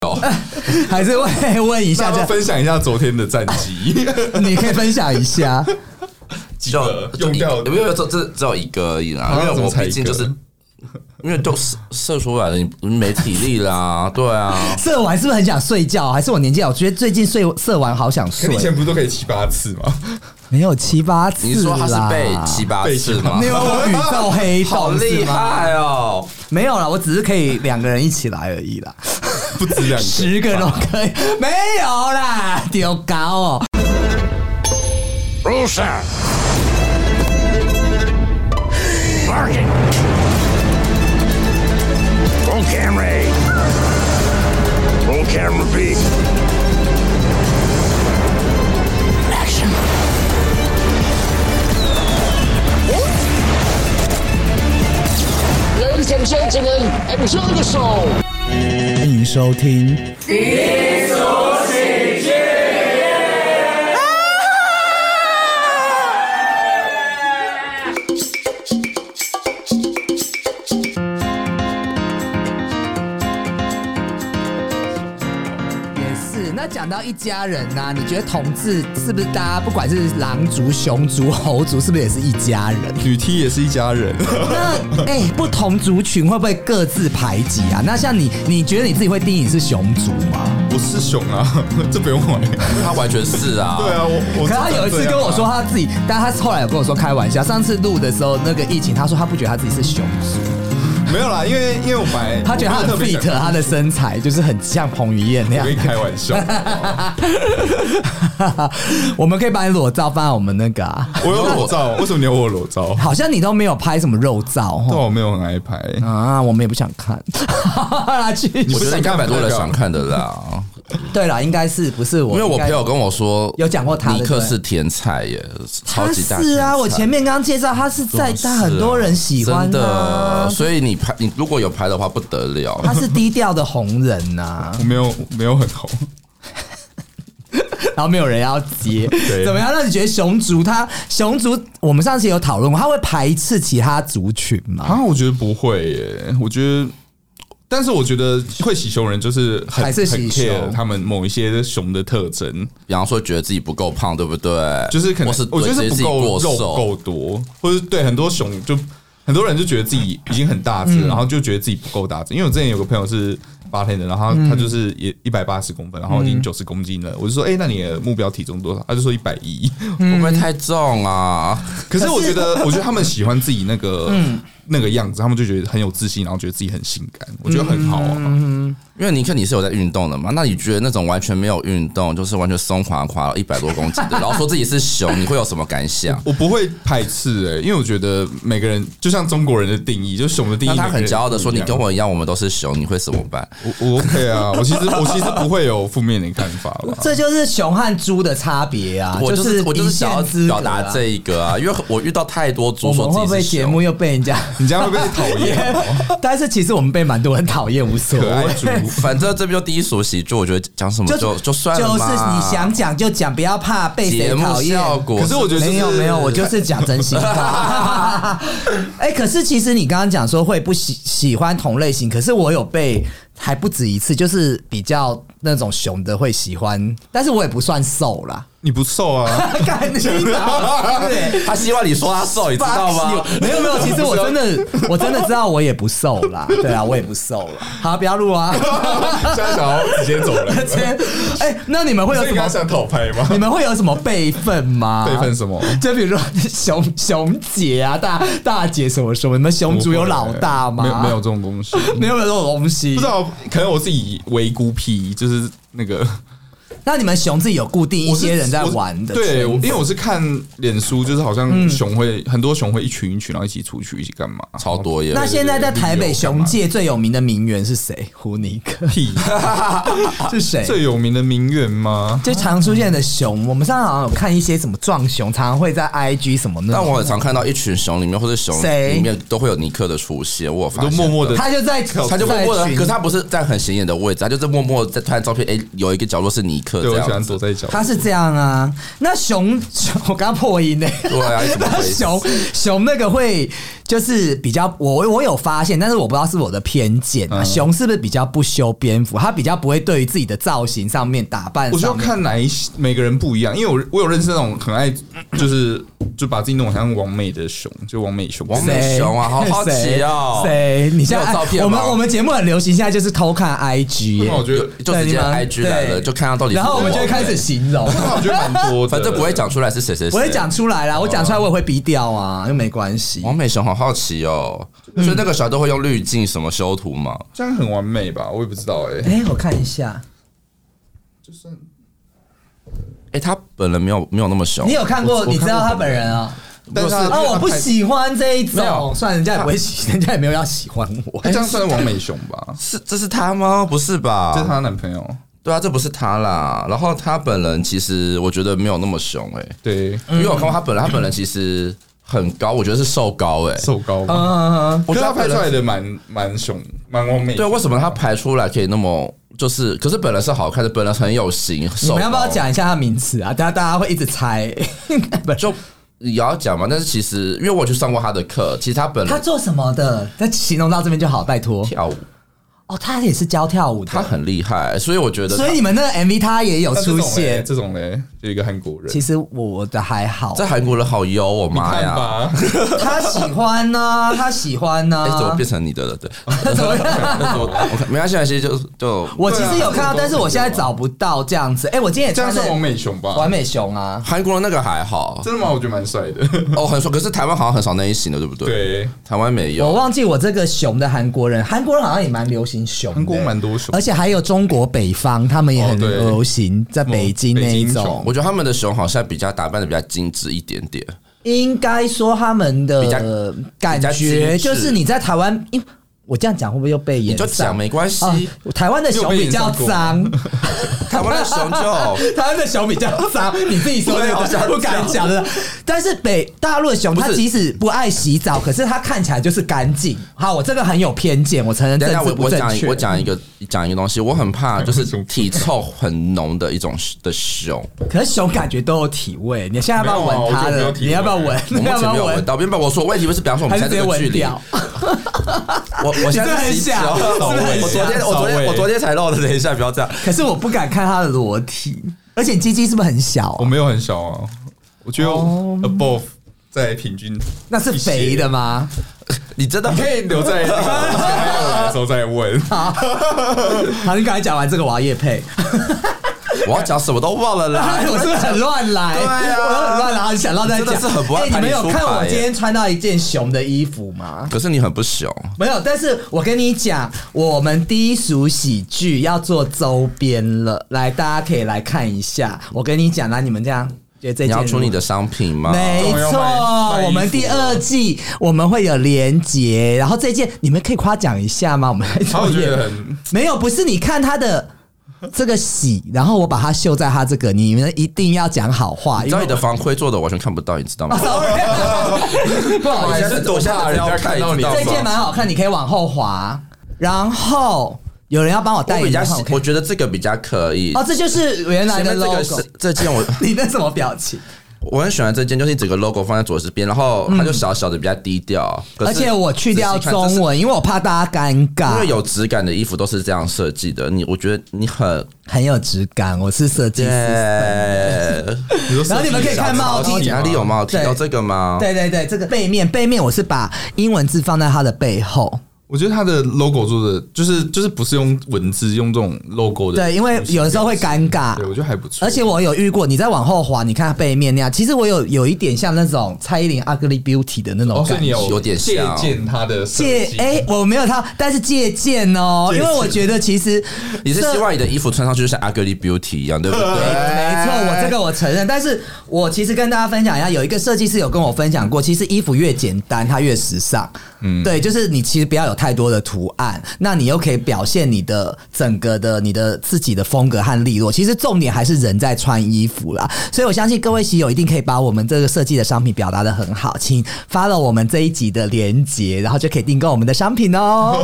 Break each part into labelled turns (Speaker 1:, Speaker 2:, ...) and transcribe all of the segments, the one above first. Speaker 1: 还是会问一下
Speaker 2: 大
Speaker 1: 这
Speaker 2: 家
Speaker 1: 样，
Speaker 2: 分享一下昨天的战 绩，
Speaker 1: 你可以分享一 下。
Speaker 2: 几个用掉啊
Speaker 3: 有没有？这这只有一个而已啦，因
Speaker 2: 怎
Speaker 3: 为
Speaker 2: 么
Speaker 3: 我
Speaker 2: 才一
Speaker 3: 毕
Speaker 2: 个
Speaker 3: 竟 就是因为都射射出来了，你没体力啦，对啊。
Speaker 1: 射完是不是很想睡觉？啊还是我年纪小？我觉得最近睡射完好想
Speaker 2: 可你
Speaker 1: 睡
Speaker 2: 以，前不是都可以七八次吗？
Speaker 1: 没有七八次
Speaker 3: 你说他是被七
Speaker 1: 八，
Speaker 3: 八
Speaker 2: 被
Speaker 3: 次
Speaker 2: 七八
Speaker 3: 吗
Speaker 1: 没？ 有我宇宙黑
Speaker 3: 好
Speaker 1: 洞
Speaker 3: 厉
Speaker 1: 是吗？
Speaker 3: 害哦！
Speaker 1: 没有啦，我只是可以两个人一起来而已啦，
Speaker 2: 不止两个，
Speaker 1: 十个都可以，没有啦，丢高哦。
Speaker 4: Barking. Roll camera A. Roll camera B. Action.
Speaker 5: Ladies and gentlemen, enjoy the show.
Speaker 1: 欢迎收听。也是。那讲到一家人呐、你觉得同志是不是大家不管是狼族、熊族、猴族，是不是也是一家人？
Speaker 2: 女 T 也是一家人，
Speaker 1: 那哎、不同族群会不会各自排挤啊？那像你，你觉得你自己会定义你是熊族吗？
Speaker 2: 我是熊啊，这不用玩。
Speaker 3: 他完全是啊，
Speaker 2: 对啊，我我
Speaker 1: 可他有一次跟我说他自己，但他后来有跟我说开玩笑。上次录的时候，那个疫情，他说他不觉得他自己是熊族，
Speaker 2: 啊没有啦，因为因为我本来
Speaker 1: 他觉得他
Speaker 2: 我没有
Speaker 1: 很
Speaker 2: 特别
Speaker 1: fit，
Speaker 2: 想
Speaker 1: 他的身材就是很像彭于晏那
Speaker 2: 我
Speaker 1: 样
Speaker 2: 跟你。开玩 笑，
Speaker 1: 我们可以把你裸照放在我们那个、啊，
Speaker 2: 我有裸照，为什么你有我裸照？
Speaker 1: 好像你都没有拍什么肉照
Speaker 2: 但
Speaker 1: 哦。
Speaker 2: 我没有很爱拍，
Speaker 1: 啊，我们也不想看。 啦去
Speaker 2: 你
Speaker 3: 我觉得应该蛮多人
Speaker 2: 不是
Speaker 3: 想看的啦，
Speaker 1: 对啦，应该是不是我？
Speaker 3: 因为我
Speaker 1: 应该
Speaker 3: 朋友跟我说，
Speaker 1: 有讲过他的
Speaker 3: 尼克
Speaker 1: 对
Speaker 3: 是天才耶，超
Speaker 1: 他
Speaker 3: 级大
Speaker 1: 是
Speaker 3: 天
Speaker 1: 啊，
Speaker 3: 才啊
Speaker 1: 我前面刚刚介绍他是在，他很多人喜欢
Speaker 3: 真
Speaker 1: 啊
Speaker 3: 的，所以你拍你如果有拍的话不得了，
Speaker 1: 他是低调的红人啊呐、
Speaker 2: 我没有没有很红，
Speaker 1: 然后没有人要接，
Speaker 2: 对
Speaker 1: 怎么样？那你觉得熊族他熊族，我们上次有讨论过，他会排斥其他族群吗？
Speaker 2: 啊，我觉得不会耶，我觉得。但是我觉得会喜熊人就是很
Speaker 1: 还是
Speaker 2: 很
Speaker 1: 喜熊
Speaker 2: care 他们某一些熊的特征，
Speaker 3: 比方说觉得自己不够胖，对不对？
Speaker 2: 就是可能
Speaker 3: 或是
Speaker 2: 我觉得是
Speaker 3: 自
Speaker 2: 不
Speaker 3: 己
Speaker 2: 够
Speaker 3: 过
Speaker 2: 肉
Speaker 3: 瘦，
Speaker 2: 不够多，或者对很多熊就很多人就觉得自己已经很大只了，然后就觉得自己不够大只。因为我之前有个朋友是八天的，然后他他就是也一百八十公分，然后已经九十公斤了，我就说哎、那你的目标体重多少？他就说一百一。
Speaker 3: 会
Speaker 1: 嗯
Speaker 3: 不会太重啊？
Speaker 2: 可是我嗯觉得，我觉得他们喜欢自己那 个那个样子，他们就觉得很有自信，然后觉得自己很性感，我觉得很好啊。
Speaker 3: 因为尼克你是有在运动的嘛，那你觉得那种完全没有运动，就是完全松垮垮一百多 公斤的，然后说自己是熊，你会有什么感想？
Speaker 2: 我不会排斥欸诶、因为我觉得每个人就像中国人的定义，就是熊的定
Speaker 3: 那
Speaker 2: 义。
Speaker 3: 他很骄傲的说：“你跟
Speaker 2: 我，
Speaker 3: 我一样，我们都是熊，你会怎么办
Speaker 2: 我我 OK 啊，我其实我其实不会有负面的看法吧。
Speaker 1: 这就是熊和猪的差别啊！！”
Speaker 3: 我
Speaker 1: 是
Speaker 3: 我就是
Speaker 1: 一线
Speaker 3: 想要
Speaker 1: 之隔啊
Speaker 3: 表达这一个啊，因为我遇到太多
Speaker 1: 我
Speaker 3: 猪
Speaker 1: 们
Speaker 3: 说
Speaker 1: 会不
Speaker 3: 自
Speaker 1: 会
Speaker 3: 己是
Speaker 1: 节目
Speaker 3: 熊，
Speaker 1: 又被人家？
Speaker 2: 你这样会被讨 厌哦，
Speaker 1: 但是其实我们被蛮多人讨厌，无所
Speaker 2: 可爱
Speaker 1: 谓。
Speaker 2: 猪。
Speaker 3: 反正这边就低俗喜剧，我觉得讲什么嗯就就算了
Speaker 1: 就是
Speaker 3: 嘛
Speaker 1: 你想讲就讲，不要怕被谁
Speaker 3: 节目
Speaker 1: 讨厌。
Speaker 3: 效果，
Speaker 2: 可是我觉得就是
Speaker 1: 没有没有，我就是讲真心 话。哎、可是其实你刚刚讲说会不喜喜欢同类型，可是我有被还不止一次，就是比较那种熊的会喜欢，但是我也不算瘦 啦。
Speaker 2: 你不瘦啊？
Speaker 1: 干你娘对。
Speaker 3: 他希望你说他瘦，你知道吗？
Speaker 1: 没有没有，其实我真的我真的知道我也不瘦啦，对啊，我也不瘦了。好，不要录 啊！
Speaker 2: 现在想要直接走人了。
Speaker 1: 切哎、那你们会有
Speaker 2: 所以
Speaker 1: 什
Speaker 2: 你
Speaker 1: 么？
Speaker 2: 刚刚
Speaker 1: 啊
Speaker 2: 想讨拍吗？
Speaker 1: 你们会有什么辈分吗？
Speaker 2: 备份什么？
Speaker 1: 就比如说熊熊姐啊，大大姐什么什么，你们熊族有老大吗？
Speaker 2: 没有没有这，种东西。
Speaker 1: 没有这种东西
Speaker 2: 不知。道，可能我自己为孤僻，就是那个
Speaker 1: 那你们熊自己有固定一
Speaker 2: 我是
Speaker 1: 些人在玩的
Speaker 2: 我
Speaker 1: 圈子，嗯
Speaker 2: 对，我因为我是看脸书，就是好像熊会很多熊会一群一群，然后一起出去，一起干嘛？
Speaker 3: 超多耶！
Speaker 1: 那现在在台北熊
Speaker 2: 旅
Speaker 1: 界最有名的名媛是谁？胡尼克
Speaker 2: 屁！
Speaker 1: 是谁？
Speaker 2: 啊最有名的名媛吗？
Speaker 1: 就常出现的熊，我们上次好像有看一些什么撞熊，常常会在 IG 什么那
Speaker 3: 但
Speaker 1: 种。
Speaker 3: 我很常看到一群熊里面或者熊
Speaker 1: 嗯谁
Speaker 3: 里面都会有尼克的出现，我有发
Speaker 2: 我
Speaker 3: 现
Speaker 2: 就默默的，
Speaker 1: 他就在
Speaker 3: 他就默默
Speaker 1: 在
Speaker 3: 的，
Speaker 1: 群
Speaker 3: 可是他不是在很显眼的位置，他就是默默地在突然照片，哎、有一个角落是尼刻
Speaker 2: 对
Speaker 3: 这
Speaker 2: 我喜
Speaker 3: 样
Speaker 2: 欢
Speaker 3: 子
Speaker 2: 躲。在角落。
Speaker 1: 他是这样啊。那熊，熊我刚刚破音呢、
Speaker 3: 对啊，怎 么
Speaker 1: 那
Speaker 3: 回事？
Speaker 1: 熊熊那个会就是比较，我我有发现，但是我不知道是我的偏见啊。
Speaker 2: 嗯
Speaker 1: 熊是不是比较不修边幅？他比较不会对于自己的造型上面、打扮
Speaker 2: 我就要
Speaker 1: 上面，
Speaker 2: 看哪一些每个人不一样，因为我我有认识那种很爱就是就把自己弄得像王美的熊，就王美熊。
Speaker 3: 王美
Speaker 1: 谁
Speaker 3: 熊啊好好奇哦
Speaker 1: 谁？谁你现在
Speaker 3: 你有照片
Speaker 1: 我们
Speaker 3: 吗哦
Speaker 1: 我们节目很流行，现在就是偷看 IG，
Speaker 2: 为什
Speaker 1: 耶、
Speaker 2: 么我觉得，
Speaker 3: 就直
Speaker 1: 对你
Speaker 3: 接
Speaker 1: 们
Speaker 3: IG 来了，
Speaker 1: 对
Speaker 3: 就看到到底是
Speaker 1: 然后我们就
Speaker 3: 什么
Speaker 1: 会开始形 容。
Speaker 2: 我觉得蛮多的，
Speaker 3: 反正不会讲出来是谁谁谁。
Speaker 1: 我会讲出来啦，我讲出来我也会逼掉啊，又没关系。
Speaker 3: 王美熊好好奇哦，所以那个时候都会用滤镜什么修图嘛？
Speaker 2: 这样很完美吧？我也不知道哎、
Speaker 1: 哎、我看一下，
Speaker 2: 就是
Speaker 3: 哎，他本人没有没有那么熊
Speaker 1: 你，有看过？你知道他本人啊？
Speaker 2: 但是他
Speaker 1: 哦，我不
Speaker 2: 他
Speaker 1: 喜欢这一
Speaker 2: 没有
Speaker 1: 种，算了人家也不会喜，人家也没有要喜欢我
Speaker 2: 他。这样
Speaker 1: 哎
Speaker 2: 算王美熊吧？
Speaker 3: 是这是他吗？不是吧？
Speaker 2: 这是她男朋友，
Speaker 3: 对啊，这不是他啦。然后他本人其实我觉得没有那么熊哎、
Speaker 2: 对，
Speaker 3: 因为我看过他本人，他本人其实很高，我觉得是瘦高哎、
Speaker 2: 瘦高吧？
Speaker 1: 嗯，
Speaker 2: 我
Speaker 3: 我
Speaker 2: 觉
Speaker 3: 觉
Speaker 2: 得他
Speaker 3: 得他
Speaker 2: 拍
Speaker 3: 本
Speaker 2: 出
Speaker 3: 人
Speaker 2: 来的蛮蛮熊，蛮完美。
Speaker 3: 对，为什么他排出来可以那么就是？可是本人是好看的，本人很有型，
Speaker 1: 你
Speaker 3: 瘦高。啊
Speaker 1: 们要不要讲一下他名字啊？大家大家会一直猜。不
Speaker 3: 就也要讲嘛？但是其实因为我去上过他的课，其实他 本
Speaker 1: 他
Speaker 3: 人
Speaker 1: 做什么的？那形容到这边就好，拜托。
Speaker 3: 跳舞，
Speaker 1: 哦，他也是教跳舞
Speaker 3: 他
Speaker 1: 的，
Speaker 3: 很厉害，所以我觉得他
Speaker 1: 所以你们那个 MV 他也有
Speaker 2: 那这
Speaker 1: 出
Speaker 2: 种嘞
Speaker 1: 现。
Speaker 2: 这种嘞，就一个韩国人，
Speaker 1: 其实我的还好，
Speaker 3: 在韩国人好优哦，
Speaker 2: 你
Speaker 3: 妈
Speaker 2: 看
Speaker 3: 呀！
Speaker 2: 吧，
Speaker 1: 他喜欢 呢，他喜欢呢
Speaker 3: 哎、。怎么变成你的了？对，
Speaker 1: 他 怎么样？
Speaker 3: 我看没关系，没关系，就就
Speaker 1: 我其实有看 到，但是我现在找不到这样子。哎，我今天也
Speaker 2: 这样
Speaker 1: 穿
Speaker 2: 算王
Speaker 1: 了
Speaker 2: 美熊吧？
Speaker 1: 完美熊啊，
Speaker 3: 韩国人那个还好
Speaker 2: 真的吗？我觉得蛮帅的。
Speaker 3: 哦，很爽。可是台湾好像很少那一型的，对不对？，
Speaker 2: 对，
Speaker 3: 台湾没有
Speaker 1: 我。忘记我这个熊的韩国人，韩国人好像也蛮流行熊的，
Speaker 2: 韩国蛮多熊
Speaker 1: 而，且还有中国北方，他们也很
Speaker 2: 哦对
Speaker 1: 流行，在北京那一
Speaker 2: 北京熊
Speaker 1: 种。
Speaker 3: 我觉得他们的哦熊好像比较打扮的比较精致一点点，
Speaker 1: 应该说他们
Speaker 3: 比较
Speaker 1: 的感觉
Speaker 3: 比较精致
Speaker 1: 就是你在台湾，因为我这样讲会不会又被
Speaker 3: 你
Speaker 1: 演
Speaker 3: 就讲没关系。
Speaker 1: 啊，台湾的熊比较脏，
Speaker 3: 台湾的熊就
Speaker 1: 台湾的熊比较脏，你自己说
Speaker 3: 对好
Speaker 1: 的
Speaker 3: 想
Speaker 1: 不敢讲的。但是北大陆的熊，
Speaker 3: 不
Speaker 1: 它
Speaker 3: 是
Speaker 1: 即使不爱洗澡，可是它看起来就是干净。好，我这个很有偏见，我承认
Speaker 3: 等一
Speaker 1: 政
Speaker 3: 下
Speaker 1: 治
Speaker 3: 我
Speaker 1: 不
Speaker 3: 我
Speaker 1: 正
Speaker 3: 讲一
Speaker 1: 确。哎
Speaker 3: 我讲一个讲一个东西，我很怕就是体臭很浓的一种的熊，
Speaker 1: 可是熊感觉都有体味，你现在要不要
Speaker 2: 没有啊
Speaker 1: 闻
Speaker 2: 我
Speaker 1: 它
Speaker 2: 觉得没有
Speaker 1: 的？
Speaker 2: 体味
Speaker 1: 你要不要闻？
Speaker 3: 我
Speaker 1: 你
Speaker 3: 目
Speaker 1: 要不
Speaker 3: 前
Speaker 1: 要
Speaker 3: 没有闻
Speaker 1: 闻？
Speaker 3: 到。原本我说问题不是，比方说我
Speaker 1: 还
Speaker 3: 们
Speaker 1: 是
Speaker 3: 现
Speaker 1: 直接
Speaker 3: 在这个距
Speaker 1: 闻
Speaker 3: 离，
Speaker 1: 掉？
Speaker 3: 我我现在
Speaker 1: 你
Speaker 3: 洗
Speaker 1: 真的
Speaker 3: 脚，
Speaker 1: 很想
Speaker 3: 我
Speaker 1: 你真的很想
Speaker 2: 扫位
Speaker 3: 我 昨天哦我昨天我昨天才漏的，等一下不要这样。
Speaker 1: 可是我不敢看它的裸体，而且你鸡鸡是不是很小啊、
Speaker 2: 我没有很小啊，我觉得我 above 在平均，
Speaker 1: 哦那是肥的 吗？
Speaker 3: 你真的
Speaker 2: 你可以留在那个还有来的时候再 问。
Speaker 1: 好，你刚才讲完这个，我要夜配。哎
Speaker 3: 我要讲什么都忘了啦。
Speaker 1: 我是不是很乱来？
Speaker 3: 对啊
Speaker 1: 我都很乱来，然后想到再
Speaker 3: 你
Speaker 1: 讲。
Speaker 3: 真的是很不爱
Speaker 1: 哎你们有
Speaker 3: 排你出
Speaker 1: 看我
Speaker 3: 牌耶
Speaker 1: 今天穿到一件熊的衣服吗？
Speaker 3: 可是你很 不熊，
Speaker 1: 没有，但是我跟你讲，我们低俗喜剧要做周边了，来，大家可以来看一下。我跟你讲，来，你们这样觉得这
Speaker 3: 你
Speaker 1: 件
Speaker 3: 要出你
Speaker 1: 如何
Speaker 3: 的商品吗？
Speaker 1: 没
Speaker 2: 要
Speaker 1: 错
Speaker 2: 卖卖衣服，
Speaker 1: 我们第二季我们会有连结，然后这件你们可以夸奖一下吗？我们来
Speaker 2: 然后
Speaker 1: 做
Speaker 2: 我觉
Speaker 1: 业
Speaker 2: 得
Speaker 1: 配
Speaker 2: 很
Speaker 1: 没有，不是你看他的这个喜，然后我把它绣在他这个，你们一定要讲好话，
Speaker 3: 你
Speaker 1: 因
Speaker 3: 知道
Speaker 1: 为
Speaker 3: 你的防窥做的我完全看不到，你知道吗？
Speaker 1: 哦 sorry，不 好
Speaker 3: 我
Speaker 1: 意
Speaker 3: 现在
Speaker 1: 思，
Speaker 3: 是我现在要看
Speaker 2: 我怕
Speaker 3: 你
Speaker 2: 人家看到你
Speaker 3: 知道
Speaker 1: 这
Speaker 3: 吗
Speaker 1: 件蛮好看，你可以往后滑，然后有人要帮我代
Speaker 3: 我
Speaker 1: 言
Speaker 3: 比较
Speaker 1: 的话，
Speaker 3: 喜
Speaker 1: 我，可
Speaker 3: 我
Speaker 1: 以
Speaker 3: 觉得这个比较可以。
Speaker 1: 哦，这就是原来
Speaker 3: 前
Speaker 1: 的
Speaker 3: 面这个是
Speaker 1: logo。
Speaker 3: 这件我
Speaker 1: 你那什么表情？
Speaker 3: 我很喜欢这件，就是整个 logo 放在左手边，然后它就小小的比较低调，可
Speaker 1: 嗯
Speaker 3: 是
Speaker 1: 而且我去掉
Speaker 3: 仔细看这是
Speaker 1: 中文，啊因为我怕大家尴尬。
Speaker 3: 因为有质感的衣服都是这样设计的，你我觉得你很
Speaker 1: 很有质感，我是设计师。
Speaker 3: 对。
Speaker 1: 然后你们可以看帽 T
Speaker 3: 你哪里有帽 T？
Speaker 1: 对
Speaker 3: 有这个吗？
Speaker 1: 对对对，这个背面背面我是把英文字放在它的背后，
Speaker 2: 我觉得它的 logo 做的就是就是不是用文字，用这种 logo 的，
Speaker 1: 对，因为有的时候会尴尬
Speaker 2: 对。我觉得还不错。
Speaker 1: 而且我有遇过，你再往后滑，你看它背面那样，其实我有有一点像那种蔡依林《Ugly Beauty》的那种
Speaker 2: 哦，所以
Speaker 1: 感
Speaker 2: 你
Speaker 1: 觉。
Speaker 2: 有
Speaker 3: 有点
Speaker 2: 借
Speaker 3: 像
Speaker 2: 鉴它的设
Speaker 1: 借
Speaker 2: 计
Speaker 1: 哎、我没有他，但是借鉴哦，
Speaker 2: 借
Speaker 1: 因
Speaker 2: 鉴
Speaker 1: 为我觉得其实
Speaker 3: 你是
Speaker 1: 这
Speaker 3: 希望你的衣服穿上去就像 Ugly Beauty 一样，对不 对？
Speaker 1: 没
Speaker 3: 哎
Speaker 1: 错，我这个我承认，但是啊我其实跟大家分享一下，有一个设计师有跟我分享过，其实衣服越简单，它越时尚。嗯，对，就是你其实不要有太多的图案，那你又可以表现你的整个的你的自己的风格和利落。其实重点还是人在穿衣服啦，所以我相信各位喜友一定可以把我们这个设计的商品表达的很好，请 follow 我们这一集的连接，然后就可以订购我们的商品哦。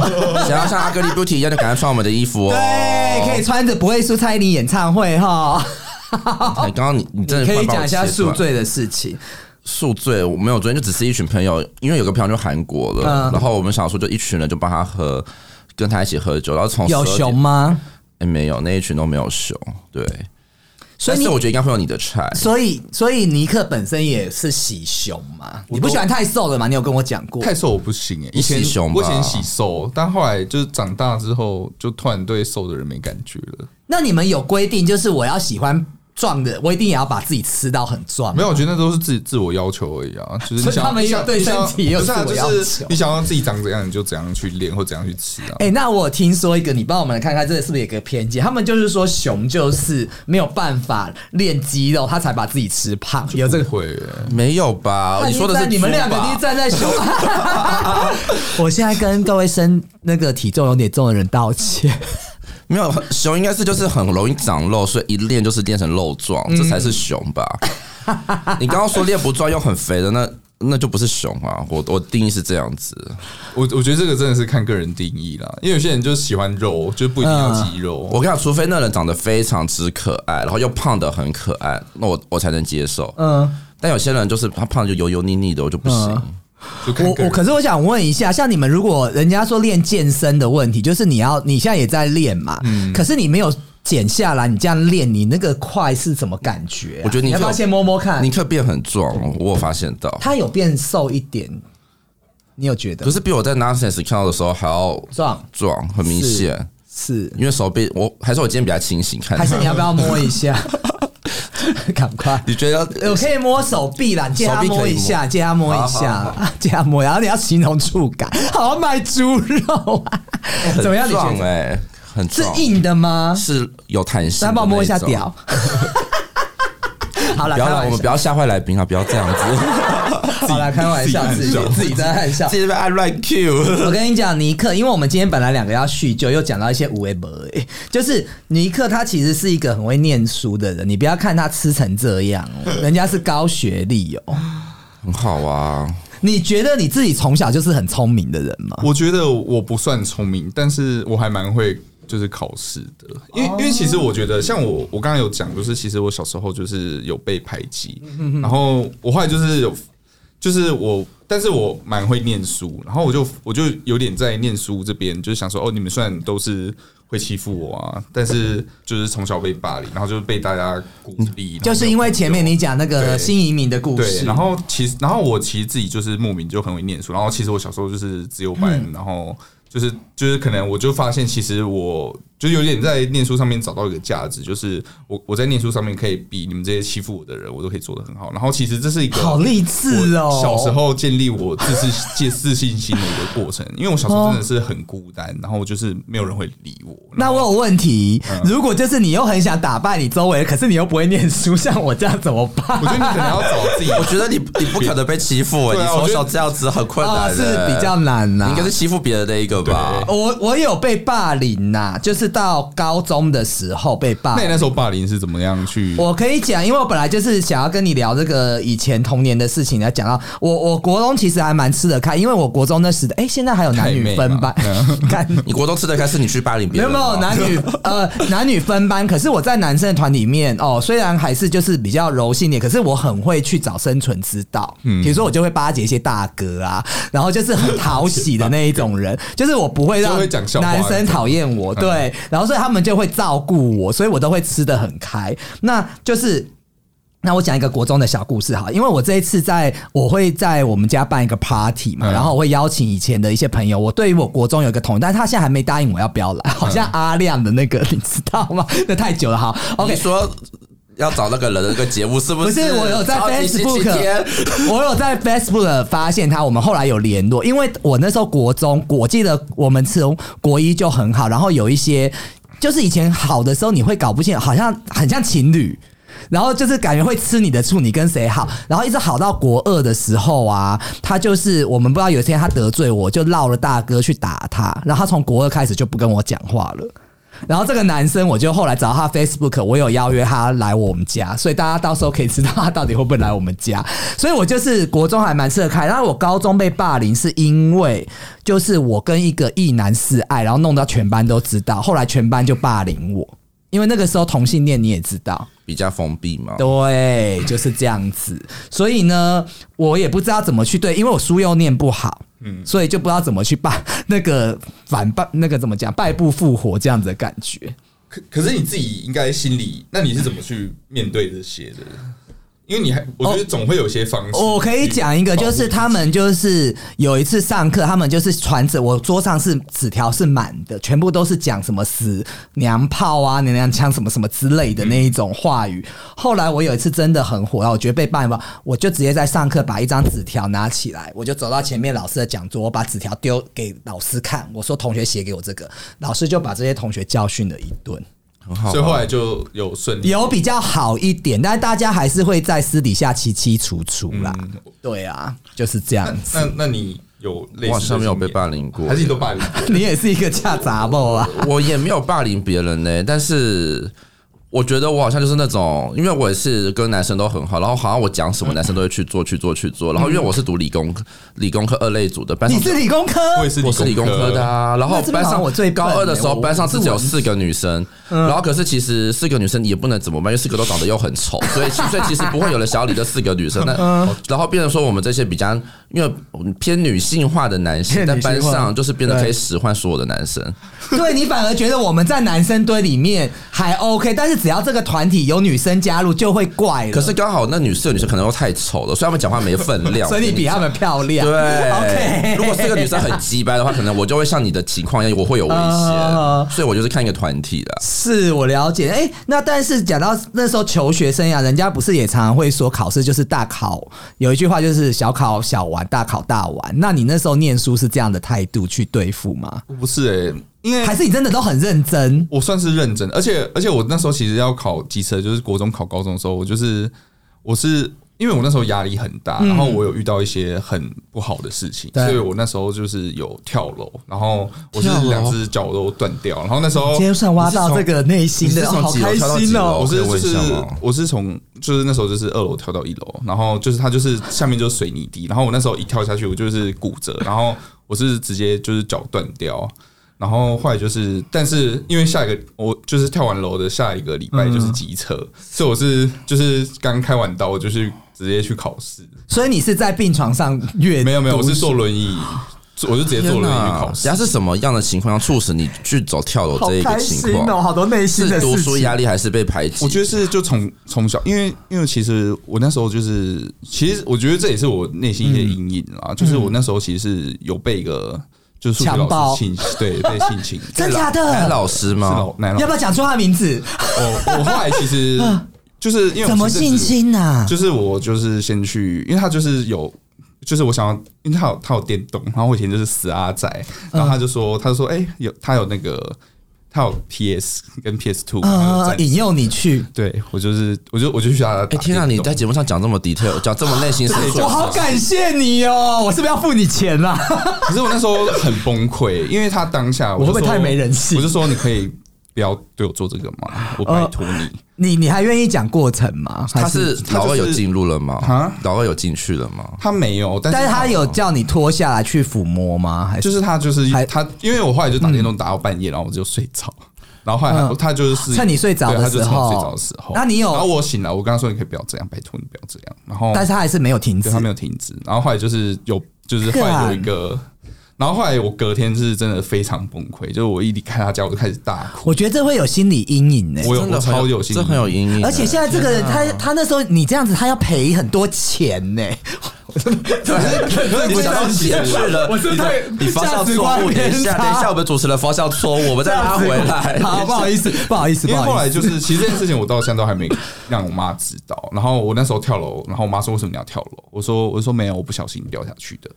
Speaker 3: 想要像阿格丽 Beauty 一样，就赶快穿我们的衣服哦。
Speaker 1: 对，可以穿着不会输蔡依林演唱会哈。
Speaker 3: 哎。刚刚你你 真的
Speaker 1: 可以
Speaker 3: 快把我
Speaker 1: 讲一下
Speaker 3: 切
Speaker 1: 宿
Speaker 3: 断
Speaker 1: 醉的事情。
Speaker 3: 宿醉，我没有昨天就只是一群朋友，因为有个朋友就韩国了，
Speaker 1: 嗯
Speaker 3: 然后我们想说就一群人就帮他喝，跟他一起喝酒，然后从
Speaker 1: 有
Speaker 3: 12点哦
Speaker 1: 熊？吗？
Speaker 3: 哎、没有，那一群都没有熊，对。
Speaker 1: 所以
Speaker 3: 但
Speaker 1: 你
Speaker 3: 是我觉得应该会有你的菜，
Speaker 1: 所以，所以尼克本身也是喜熊嘛？你不喜欢太瘦的嘛？你有跟我讲过。
Speaker 2: 太瘦我不行哎、以前
Speaker 3: 你喜熊吧
Speaker 2: 我以前喜瘦，但后来就是长大之后，就突然对瘦的人没感觉了。
Speaker 1: 那你们有规定，就是我要喜欢壮的，我一定也要把自己吃到很壮。
Speaker 2: 没有，我觉得那都是自自我要求而已啊，就是
Speaker 1: 所以
Speaker 2: 你想
Speaker 1: 他们
Speaker 2: 你想
Speaker 1: 有对
Speaker 2: 你想
Speaker 1: 身体也有
Speaker 2: 不是啊
Speaker 1: 自我要
Speaker 2: 就
Speaker 1: 求
Speaker 2: 是你想要自己长怎样，你就怎样去练或怎样去吃啊。
Speaker 1: 哎、那我听说一个，你帮我们看看，这是不是有个偏见？他们就是说熊就是没有办法练肌肉，他才把自己吃胖，有这个。
Speaker 2: 会欸、
Speaker 3: 没有吧？哦你说的
Speaker 1: 那
Speaker 3: 是
Speaker 1: 你们
Speaker 3: 猪
Speaker 1: 两个
Speaker 3: 吧
Speaker 1: 一定站在熊。 我现在跟各位身那个体重有点重的人道歉。
Speaker 3: 没有熊，应该是就是很容易长肉，所以一练就是练成肉壮，这才是熊 吧？你刚刚说练不壮又很肥的，那那就不是熊啊！我我定义是这样子，
Speaker 2: 我我觉得这个真的是看个人定义啦，因为有些人就喜欢肉，就不一定要
Speaker 1: 嗯
Speaker 2: 肌肉。
Speaker 3: 我跟你讲，除非那人长得非常之可爱，然后又胖的很可爱，那我我才能接受。
Speaker 1: 嗯，
Speaker 3: 但有些人就是他胖就油油腻腻的，我就不行。
Speaker 2: 就看个
Speaker 1: 我我
Speaker 2: 人
Speaker 1: 可是我想问一下，像你们如果人家说练健身的问题，就是你要你现在也在练嘛，
Speaker 3: 嗯
Speaker 1: 可是你没有减下来，你这样练，你那个块是什么感觉啊、
Speaker 3: 我觉得你
Speaker 1: 你要不要
Speaker 3: 可
Speaker 1: 先摸摸看
Speaker 3: 尼？克变很壮，我有发现到，
Speaker 1: 嗯他有变瘦一点，你有觉得
Speaker 3: 可？是比我在 Nonsense 看到的时候还要
Speaker 1: 壮
Speaker 3: 壮，很明
Speaker 1: 是
Speaker 3: 显。
Speaker 1: 是
Speaker 3: 因为手臂，我还是我今天比较清醒，看
Speaker 1: 还是你要不要摸一 下？赶快！
Speaker 3: 你觉得
Speaker 1: 我可以摸手臂啦，你借他
Speaker 3: 手臂可以
Speaker 1: 摸一下，借他摸一
Speaker 3: 好好
Speaker 1: 下，借他摸，然后你要形容触感，好要卖猪肉啊？怎么样？你觉
Speaker 3: 壮
Speaker 1: 得
Speaker 3: 哎、很
Speaker 1: 是
Speaker 3: 壮，
Speaker 1: 硬的吗？
Speaker 3: 是有弹性。
Speaker 1: 来帮我摸一下。屌。 好了，
Speaker 3: 不
Speaker 1: 开
Speaker 3: 要啦，
Speaker 1: 玩
Speaker 3: 我们不
Speaker 1: 笑，
Speaker 3: 要吓坏来宾啊！不要这样子，
Speaker 1: 好了，开玩笑，自
Speaker 2: 自己
Speaker 1: 己自己在暗笑
Speaker 3: 自。己在那边爱乱 Q。
Speaker 1: 我跟你讲，尼克，因为我们今天本来两个要叙旧，又讲到一些无为不为， 就是尼克他其实是一个很会念书的人，你不要看他吃成这样哦，人家是高学历哦。
Speaker 3: 很好啊，
Speaker 1: 你觉得你自己从小就是很聪明的人吗？
Speaker 2: 我觉得我不算聪明，但是我还蛮会就是考试的，因为因为其实我觉得像我我刚刚有讲，就是其实我小时候就是有被排挤，然后我后来就是有就是我，但是我蛮会念书，然后我就我就有点在念书这边，就是想说哦，你们虽然都是会欺负我啊，但是就是从小被霸凌，然后就被大家鼓励，
Speaker 1: 就是因为前面
Speaker 2: 你。
Speaker 1: 你讲那个
Speaker 2: 对
Speaker 1: 新移民的故
Speaker 2: 对，
Speaker 1: 事，
Speaker 2: 然后其实，然后我其实自己就是莫名就很会念书，然后其实我小时候就是自由班，
Speaker 1: 嗯
Speaker 2: 然后就是就是可能我就发现，其实我就有点在念书上面找到一个价值，就是我我在念书上面可以比你们这些欺负我的人，我都可以做得很好。然后其实这是一个
Speaker 1: 好励志哦
Speaker 2: 我小时候建立我自信自自信心的一个过程，因为我小时候真的是很孤单，然后就是没有人会理我。
Speaker 1: 那我有问题，
Speaker 2: 嗯
Speaker 1: 如果就是你又很想打败你周围，可是你又不会念书，像我这样怎么办？
Speaker 2: 我觉得你可能要找自己，
Speaker 3: 我觉得你你不可能被欺负哎、
Speaker 2: 对啊
Speaker 3: 你
Speaker 2: 我
Speaker 3: 从
Speaker 2: 觉得
Speaker 3: 小这样子很困
Speaker 1: 哦
Speaker 3: 难、
Speaker 1: 是
Speaker 3: 欸
Speaker 1: 比较难呐、
Speaker 3: 你应该是欺负别人的一个吧？
Speaker 1: 我我有被霸凌呐、就是到高中的时候被霸
Speaker 2: 那你
Speaker 1: 凌。
Speaker 2: 那时候霸凌是怎么样 去？
Speaker 1: 我可以讲，因为我本来就是想要跟你聊这个以前童年的事情，来讲到我我国中其实还蛮吃得开，因为我国中那时的，哎、现在还有男女分 班
Speaker 2: 太妹嘛，
Speaker 1: 干
Speaker 3: 你国中吃得开是你去霸凌别
Speaker 1: 没有
Speaker 3: 人
Speaker 1: 没
Speaker 3: 吗，
Speaker 1: 有男 女呃男女分班，可是我在男生的团里面哦，虽然还是就是比较柔性点，可是我很会去找生存之道。
Speaker 2: 嗯
Speaker 1: 比如说我就会巴结一些大哥啊，然后就是很讨喜的那一种 人，就是我不会让
Speaker 2: 就会讲笑话嗯
Speaker 1: 男生讨厌我，对，然后所以他们就会照顾我，所以我都会吃的很开。那就是那我讲一个国中的小故事哈，因为我这一次在我会在我们家办一个 party 嘛，
Speaker 2: 嗯
Speaker 1: 然后我会邀请以前的一些朋友。我对于我国中有一个同学，但是他现在还没答应我要不要来，好像阿亮的那个 你知道吗？那太久了哈。
Speaker 3: 你
Speaker 1: OK，
Speaker 3: 说要找那个人的那个节目是不
Speaker 1: 不
Speaker 3: 是？
Speaker 1: 是我有在
Speaker 3: 超级星期
Speaker 1: Facebook，啊
Speaker 3: 天
Speaker 1: 我有在 Facebook 发现他，我们后来有联络，因为我那时候国中，我记得我们从国一就很好，然后有一些就是以前好的时候，你会搞不清，好像很像情侣。然后就是感觉会吃你的醋，你跟谁好，然后一直好到国二的时候啊，他就是我们不知道有一天他得罪我，就绕了大哥去打他，然后他从国二开始就不跟我讲话了。然后这个男生，我就后来找到他 Facebook，我有邀约他来我们家，所以大家到时候可以知道他到底会不会来我们家。所以我就是国中还蛮吃得开，然后我高中被霸凌是因为就是我跟一个异男示爱，然后弄到全班都知道，后来全班就霸凌我，因为那个时候同性恋你也知道，
Speaker 3: 比较封闭嘛。
Speaker 1: 对，就是这样子。所以呢，我也不知道怎么去对，因为我书又念不好，嗯，所以就不知道怎么去办那个反败那个怎么讲败部复活这样子的感觉。
Speaker 2: 可可是你自己应该心里，那你是怎么去面对这些的？因为你还，我觉得总会有些方式。
Speaker 1: 哦我可以讲一个，就是他们就是有一次上课，他们就是传纸，我桌上是纸条是满的，全部都是讲什么死娘炮啊、娘娘腔什么什么之类的那一种话语。后来我有一次真的很火，然后我觉得被霸凌吧，我就直接在上课把一张纸条拿起来，我就走到前面老师的讲桌，我把纸条丢给老师看，我说同学写给我这个，老师就把这些同学教训了一顿。
Speaker 3: 很好啊
Speaker 2: 所以后来就有顺利。
Speaker 1: 有比较好一点，但大家还是会在私底下凄凄楚楚啦。对啊，就是这样
Speaker 2: 那
Speaker 1: 子。
Speaker 2: 那那你有类似的
Speaker 3: 我好像没有被
Speaker 2: 经验
Speaker 3: 霸凌过
Speaker 2: 还 是你都霸凌过？
Speaker 1: 你也是一个恰杂报啊，
Speaker 3: 我也没有霸凌别人呢、但是我觉得我好像就是那种，因为我也是跟男生都很好，然后好像我讲什么男生都会去做去做去做，然后因为我是读理工理工科二类组的，班上
Speaker 1: 你是理工科，
Speaker 2: 我也是，
Speaker 3: 我是理工科的。啊，然后
Speaker 1: 那这边
Speaker 3: 班
Speaker 1: 好像
Speaker 3: 上
Speaker 1: 我最笨
Speaker 3: 高
Speaker 1: 欸
Speaker 3: 二的时候，
Speaker 1: 我
Speaker 3: 班上
Speaker 1: 我嗯是
Speaker 3: 只有
Speaker 1: 文
Speaker 3: 四个女生，然后可是其实四个女生也不能怎么办，因为四个都长得又很丑，所以其所以其实不会有人想要理这四个女生。 那
Speaker 1: 嗯
Speaker 3: 然后变成说我们这些比较因为偏女性化的男性，
Speaker 1: 偏
Speaker 3: 在
Speaker 1: 女性
Speaker 3: 班
Speaker 1: 化
Speaker 3: 上就是变得可
Speaker 1: 对
Speaker 3: 以使唤所有的男生。
Speaker 1: 对你反而觉得我们在男生堆里面还 OK，但是只要这个团体有女生加入就会怪了。
Speaker 3: 可是刚好那女生女生可能又太丑了，所以他们讲话没分量。
Speaker 1: 所以你比他们漂亮，
Speaker 3: 对
Speaker 1: OK
Speaker 3: 如果是个女生很鸡掰的话，可能我就会像你的情况一样，我会有危
Speaker 1: 哦
Speaker 3: 险，所以我就是看一个团体的。
Speaker 1: 是我了解。哎、那但是讲到那时候求学生啊涯，人家不是也常常会说考试就是大考，有一句话就是小考小玩，大考大玩。那你那时候念书是这样的态度去对付吗？
Speaker 2: 我不是
Speaker 3: 欸
Speaker 2: 诶、因为
Speaker 3: 嗯
Speaker 1: 还是你真的都很认真？
Speaker 2: 我算是认真，而且而且我那时候其实要考机车，就是国中考高中的时候，我就是我是因为我那时候压力很大，然后我有遇到一些很不好的事情，
Speaker 1: 嗯对
Speaker 2: 所以我那时候就是有跳楼，然后我是
Speaker 3: 跳楼
Speaker 2: 两只脚都断掉，然后那时候
Speaker 1: 今天算挖到这个内心
Speaker 3: 哦你
Speaker 1: 的，
Speaker 3: 是从
Speaker 1: 好
Speaker 3: 几楼
Speaker 1: 开
Speaker 3: 跳到几
Speaker 1: 心哦、
Speaker 3: 楼
Speaker 2: 我是
Speaker 3: 可以
Speaker 2: 就
Speaker 3: 问一
Speaker 2: 是
Speaker 3: 下吗
Speaker 2: 我是从就是那时候就是二楼跳到一楼，然后就是它就是下面就是水泥地，然后我那时候一跳下去我就是骨折，然后我是直接就是脚断掉，然后后来就是但是因为下一个我就是跳完楼的下一个礼拜就是机车，
Speaker 3: 嗯
Speaker 2: 所以我是就是刚开完刀我就去直接去考试，
Speaker 1: 所以你是在病床上阅
Speaker 2: 没有没有，我
Speaker 1: 读
Speaker 2: 是坐轮椅，我就直接坐轮椅去考试
Speaker 3: 人家。是什么样的情况要促使你去走跳楼
Speaker 1: 好
Speaker 3: 这一个
Speaker 1: 开心
Speaker 3: 情
Speaker 1: 哦，
Speaker 3: 况？
Speaker 1: 好多内心的事
Speaker 3: 是读书
Speaker 1: 情。
Speaker 3: 压力还是被排挤？
Speaker 2: 我觉得是就从从小，因为因为其实我那时候就是，其实我觉得这也是我内心一
Speaker 1: 嗯
Speaker 2: 些阴影啦。就是我那时候其实是有被一个就是数学
Speaker 1: 强
Speaker 2: 老
Speaker 1: 暴
Speaker 2: 师性对被性侵，
Speaker 1: 真假
Speaker 3: 男
Speaker 1: 的？
Speaker 3: 哎老师
Speaker 2: 是
Speaker 3: 吗
Speaker 2: 老？男老哦
Speaker 1: 要不要讲出他的名字？
Speaker 2: 我我后来其 实就是因为我
Speaker 1: 怎么
Speaker 2: 前阵
Speaker 1: 性
Speaker 2: 子
Speaker 1: 侵啊？
Speaker 2: 就是我就是先去，因为他就是有，就是我想要，因为他有他有电动，然后我以前就是死阿仔，
Speaker 1: 嗯
Speaker 2: 然后他就说，他就说，哎、有他有那个他有 PS 跟 PS Two，、
Speaker 1: 呃，引诱你去，
Speaker 2: 对我就是，我就我就去他
Speaker 3: 哎
Speaker 2: 打
Speaker 3: 天啊！
Speaker 2: 电
Speaker 3: 你
Speaker 2: 动
Speaker 3: 在节目上讲这么 detail，讲这么内心深 处，
Speaker 1: 我好感谢你哦！我是不是要付你钱啊啦？
Speaker 2: 可是我那时候很崩溃，因为他当下
Speaker 1: 我会不会
Speaker 2: 就说
Speaker 1: 太没人性呃
Speaker 2: 我就说你可以不要对我做这个嘛，我拜托你。
Speaker 1: 你你还愿意讲过程吗？还
Speaker 3: 他
Speaker 2: 他就
Speaker 3: 是
Speaker 2: 是
Speaker 3: 老二有进入了吗
Speaker 2: 啊？
Speaker 3: 老二有进去了吗？
Speaker 2: 他没有，但
Speaker 1: 但是
Speaker 2: 是
Speaker 1: 他有叫你脱下来去抚摸吗？还
Speaker 2: 就是是他就是
Speaker 1: 还
Speaker 2: 他，因为我后来就打电动打到半夜，然后我就睡着。然后后来他
Speaker 1: 嗯
Speaker 2: 他就是
Speaker 1: 趁你睡着的
Speaker 2: 对他就
Speaker 1: 时
Speaker 2: 趁
Speaker 1: 候
Speaker 2: 我睡着的时候，
Speaker 1: 那你有
Speaker 2: 然后我醒了，我跟他说你可以不要这样，拜托你不要这样。然后
Speaker 1: 但是他还是没有停止
Speaker 2: 对他。没有停止，然后后来就是有，就是后来有一个，然后后来我隔天是真的非常崩溃，就是我一离开他家我就开始大哭，
Speaker 1: 我觉得这会有心理阴影呢、
Speaker 2: 我有
Speaker 3: 真的
Speaker 2: 我超
Speaker 3: 很
Speaker 2: 有心理
Speaker 3: 这很有阴影。
Speaker 1: 而 且现在这个人，他他那时候你这样子，他要赔很多钱欸呢、
Speaker 3: 你
Speaker 1: 不
Speaker 3: 想到
Speaker 1: 能
Speaker 3: 情绪了，
Speaker 1: 我是
Speaker 3: 你的
Speaker 1: 太
Speaker 3: 你方
Speaker 1: 价
Speaker 3: 向
Speaker 1: 值
Speaker 3: 错
Speaker 1: 观
Speaker 3: 误。等一
Speaker 1: 偏
Speaker 3: 下，
Speaker 1: 差
Speaker 3: 等一下，我们主持人方向错误，我们再拉回 来。
Speaker 1: 好，不好意思，不好意思，
Speaker 2: 因
Speaker 1: 不
Speaker 2: 为
Speaker 1: 好
Speaker 2: 后来
Speaker 1: 意思。
Speaker 2: 就是，其实这件事情我到现在都还没让我妈知道。然后我那时候跳楼，然后我妈说：“为什么你要跳楼？”我说：“我说没有，我不小心掉下去的。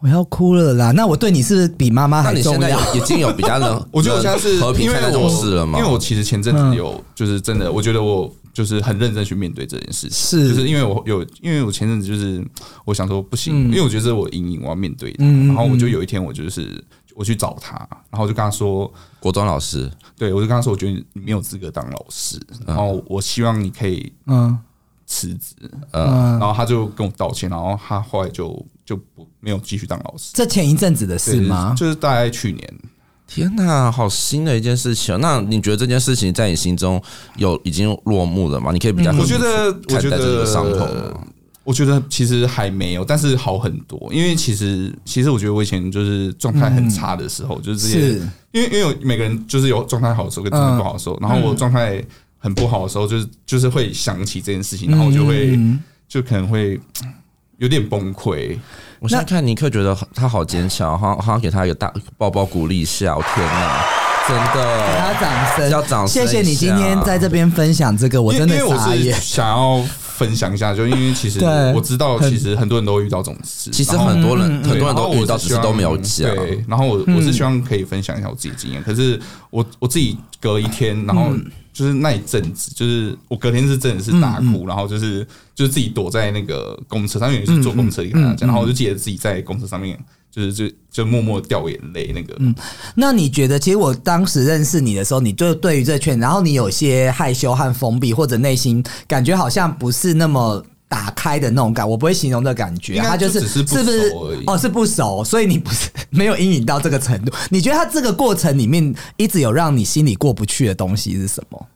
Speaker 1: 我要哭了啦！那我对你是不是比妈妈
Speaker 3: 那
Speaker 1: 还
Speaker 3: 你
Speaker 1: 重
Speaker 3: 现在
Speaker 1: 要？
Speaker 3: 有已经有比较能，
Speaker 2: 我觉得我现在是
Speaker 3: 能和平
Speaker 2: 因为
Speaker 3: 看待这
Speaker 2: 我
Speaker 3: 种事了吗？
Speaker 2: 因为我其实前阵子有，就是真的，我觉得我就是很认真去面对这件事情，
Speaker 1: 是
Speaker 2: 就是嗯因为我有，因为我前阵子就是我想说不行，因为我觉得这是我的阴影，我要面对它。然后我就有一天我就是我去找他，然后我就跟他说，
Speaker 3: 国中老师，
Speaker 2: 对我就跟他说，我觉得你没有资格当老师，然后我希望你可以
Speaker 1: 嗯
Speaker 2: 辞职，呃
Speaker 1: 嗯
Speaker 2: 然，后他就跟我道歉，然后他后来就就不没有继续当老师，
Speaker 1: 这前一阵子的事
Speaker 2: 对
Speaker 1: 吗？
Speaker 2: 就是大概去年，
Speaker 3: 天哪，好新的一件事情哦。那你觉得这件事情在你心中有已经落幕了吗？你可以比较
Speaker 1: 嗯
Speaker 2: 我觉得
Speaker 3: 看
Speaker 2: 我觉
Speaker 3: 待
Speaker 2: 得
Speaker 3: 这个伤口
Speaker 1: 呃
Speaker 3: 吗
Speaker 2: 我觉得其实还没有，但是好很多。因为其实其实我觉得我以前就是状态很差的时候，就是这些
Speaker 1: 是
Speaker 2: 因为因为有每个人就是有状态好的时候跟状态不好的时候，然后我状态很不好的时候，就是就是会想起这件事情，然后我就会就可能会嗯有点崩溃。
Speaker 3: 我现在看尼克，觉得他好坚强，好好像给他一个大抱抱鼓励一下。我天哪，真
Speaker 1: 给
Speaker 3: 的
Speaker 1: 他掌声，
Speaker 3: 要掌声
Speaker 1: 谢谢
Speaker 3: 一下
Speaker 1: 你今天在这边分享这个，我
Speaker 2: 因
Speaker 1: 真
Speaker 2: 为因
Speaker 1: 的
Speaker 2: 为我
Speaker 1: 傻
Speaker 2: 是
Speaker 1: 眼。
Speaker 2: 想要分享一下，就因为 其实
Speaker 1: 对
Speaker 2: 我知道，
Speaker 1: 很
Speaker 2: 其实很多人都会遇到这种事，
Speaker 3: 其实
Speaker 2: 然后
Speaker 3: 很多人很
Speaker 2: 对
Speaker 3: 多人
Speaker 2: 然后
Speaker 3: 都
Speaker 2: 我
Speaker 3: 遇到，
Speaker 2: 是
Speaker 3: 只是
Speaker 2: 希望
Speaker 3: 都没有啊嗯讲。
Speaker 2: 对，然后我我是希望可以分享一下我自己的经验，可是我我自己隔一天，然
Speaker 3: 嗯
Speaker 2: 后就是那一阵子，就是我隔天是真的是大
Speaker 3: 嗯
Speaker 2: 哭，然后就是就是自己躲在那个公车上面，因为是
Speaker 3: 嗯
Speaker 2: 坐公车跟大家，然后我就记得自己在公车上面，就是就就默默掉眼泪那个。
Speaker 1: 那你觉得，其实我当时认识你的时候，你就对于这圈，然后你有些害羞和封闭，或者内心感觉好像不是那么。打开的那种感，我不会形容的感觉
Speaker 2: 应
Speaker 1: 啊，
Speaker 2: 该
Speaker 1: 他就是
Speaker 2: 就只是不
Speaker 1: 是不是
Speaker 2: 熟而已
Speaker 1: 哦是不熟，所以你不是没有阴影到这个程度。你觉得他这个过程里面一直有让你心里过不去的东西是什么？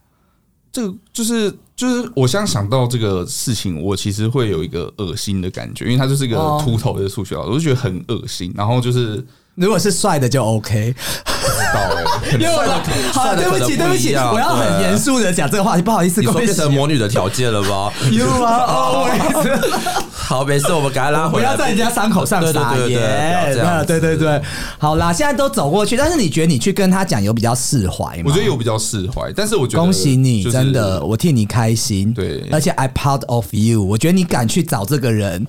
Speaker 2: 这个就是就是我现在想到这个事情，我其实会有一个恶心的感觉，因为他就是一个
Speaker 1: 哦
Speaker 2: 秃头的数学老师，我就觉得很恶心，然后就是
Speaker 1: 如果是帅的就 OK，
Speaker 2: 不知道哎、可 能
Speaker 1: 又来，好，
Speaker 3: 帅的
Speaker 1: 对不起，
Speaker 3: 欸可能
Speaker 1: 对
Speaker 3: 不
Speaker 1: 不起，
Speaker 3: 一样
Speaker 1: 我要很
Speaker 3: 对
Speaker 1: 严肃的讲这个话题，不好意思，
Speaker 3: 你
Speaker 1: 各
Speaker 3: 说
Speaker 1: 位
Speaker 3: 变成魔女的条件了 吧？
Speaker 1: You are always
Speaker 3: 好，没事，我们赶快拉
Speaker 1: 不
Speaker 3: 回来。
Speaker 1: 要在人家伤口上撒
Speaker 3: 对对对对对不要这
Speaker 1: 盐，
Speaker 3: 样子
Speaker 1: 对对对，好啦，现在都走过去，但是你觉得你去跟他讲有比较释怀吗？
Speaker 2: 我觉得有比较释怀，但是我觉得
Speaker 1: 恭喜你，
Speaker 2: 就是
Speaker 1: 真的，我替你开心。
Speaker 2: 对
Speaker 1: 而且 I proud of you，我觉得你敢去找这个人，